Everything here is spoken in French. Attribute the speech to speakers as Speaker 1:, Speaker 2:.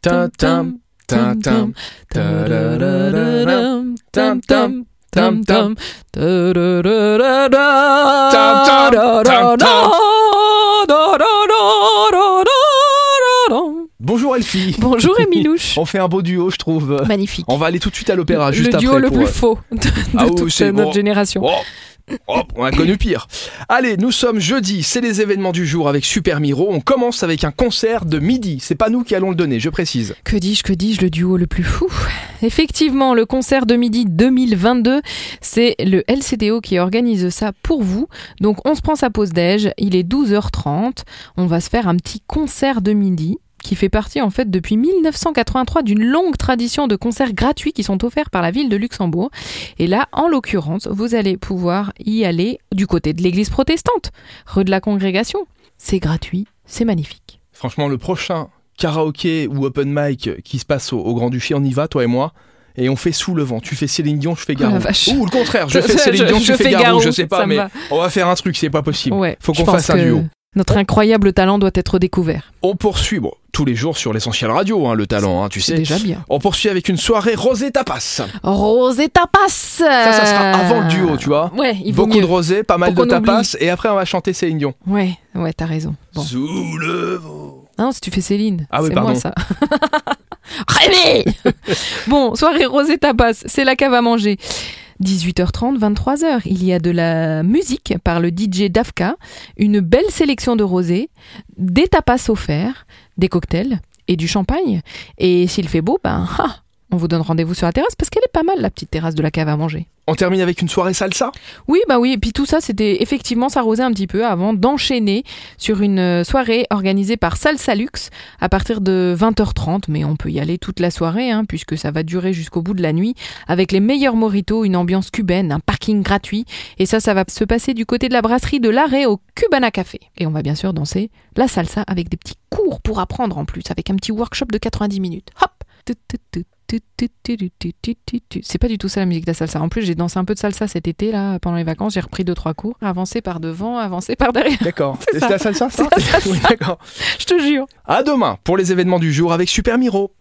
Speaker 1: Tam tam tam tam
Speaker 2: Tararararam, tam, tam, tam, tam.
Speaker 1: tam, tam, Bonjour Elfie.
Speaker 2: Bonjour Emilouche.
Speaker 1: On fait un beau duo, je trouve.
Speaker 2: Magnifique.
Speaker 1: On va aller tout de suite à l'opéra
Speaker 2: le
Speaker 1: juste après.
Speaker 2: duo le
Speaker 1: pour,
Speaker 2: plus
Speaker 1: euh,
Speaker 2: faux de, de
Speaker 1: Ah oui,
Speaker 2: toute
Speaker 1: c'est
Speaker 2: notre
Speaker 1: bon.
Speaker 2: génération.
Speaker 1: Oh, oh, on a connu pire. Allez, nous sommes jeudi, c'est les événements du jour avec Super Miro. On commence avec un concert de midi. C'est pas nous qui allons le donner, je précise.
Speaker 2: Que dis-je, que dis-je, le duo le plus fou Effectivement, le concert de midi 2022, c'est le LCDO qui organise ça pour vous. Donc on se prend sa pause déj, il est 12h30, on va se faire un petit concert de midi qui fait partie en fait depuis 1983 d'une longue tradition de concerts gratuits qui sont offerts par la ville de Luxembourg. Et là, en l'occurrence, vous allez pouvoir y aller du côté de l'église protestante, rue de la Congrégation. C'est gratuit, c'est magnifique.
Speaker 1: Franchement, le prochain karaoké ou open mic qui se passe au, au Grand-Duché, on y va, toi et moi. Et on fait sous le vent. Tu fais Céline Dion, je fais Garou.
Speaker 2: Oh la vache.
Speaker 1: Ou le contraire, je
Speaker 2: Ça,
Speaker 1: fais
Speaker 2: ça,
Speaker 1: Céline
Speaker 2: je-
Speaker 1: Dion,
Speaker 2: je
Speaker 1: tu fais
Speaker 2: fais
Speaker 1: Garou,
Speaker 2: Garou,
Speaker 1: je sais pas,
Speaker 2: ça me
Speaker 1: mais
Speaker 2: va.
Speaker 1: on va faire un truc, c'est pas possible.
Speaker 2: Ouais,
Speaker 1: Faut qu'on
Speaker 2: je pense
Speaker 1: fasse un
Speaker 2: que
Speaker 1: duo.
Speaker 2: Notre incroyable talent doit être découvert.
Speaker 1: On poursuit, bon, tous les jours sur l'essentiel radio, hein, le talent, hein, tu
Speaker 2: C'est
Speaker 1: sais.
Speaker 2: déjà bien.
Speaker 1: On poursuit avec une soirée rosée tapas. Ça,
Speaker 2: Rose et tapas Ça,
Speaker 1: ça sera avant le duo, tu vois.
Speaker 2: Ouais, Euh, il vaut
Speaker 1: Beaucoup
Speaker 2: mieux.
Speaker 1: de rosé, pas mal
Speaker 2: Pour
Speaker 1: de
Speaker 2: qu'on
Speaker 1: tapas, et après on va chanter Céline Dion.
Speaker 2: Ouais, ouais, t'as raison. Bon.
Speaker 1: Sous le vent.
Speaker 2: Ah non, si tu fais Céline,
Speaker 1: Ah oui,
Speaker 2: c'est
Speaker 1: pardon.
Speaker 2: moi ça. Rémi Bon, soirée rosée tapas, c'est la cave à manger. 18h30, 23h, il y a de la musique par le DJ Dafka, une belle sélection de rosés, des tapas offerts, des cocktails et du champagne. Et s'il fait beau, ben, ah, on vous donne rendez-vous sur la terrasse parce qu'elle est pas mal, la petite terrasse de la cave à manger.
Speaker 1: On termine avec une soirée salsa
Speaker 2: Oui, bah oui, et puis tout ça, c'était effectivement s'arroser un petit peu avant d'enchaîner sur une euh, soirée organisée par Salsa Luxe à partir de 20h30, mais on peut y aller toute la soirée, hein, puisque ça va durer jusqu'au bout de la nuit, avec les meilleurs moritos, une ambiance cubaine, un parking gratuit, et ça, ça va se passer du côté de la brasserie de l'arrêt au Cubana Café. Et on va bien sûr danser la salsa avec des petits cours pour apprendre en plus, avec un petit workshop de 90 minutes. Hop Tut, tut, tut, tut, tut, tut, tut, tut, tut, tut, tut. C'est pas du tout ça la musique de la salsa. En plus, j'ai dansé un peu de salsa cet été là pendant les vacances. J'ai repris deux trois cours. Avancé par devant, avancé par derrière.
Speaker 1: D'accord.
Speaker 2: C'est ça.
Speaker 1: la salsa, ça
Speaker 2: C'est la salsa.
Speaker 1: Oui, d'accord.
Speaker 2: Je te jure.
Speaker 1: À demain pour les événements du jour avec Super Miro.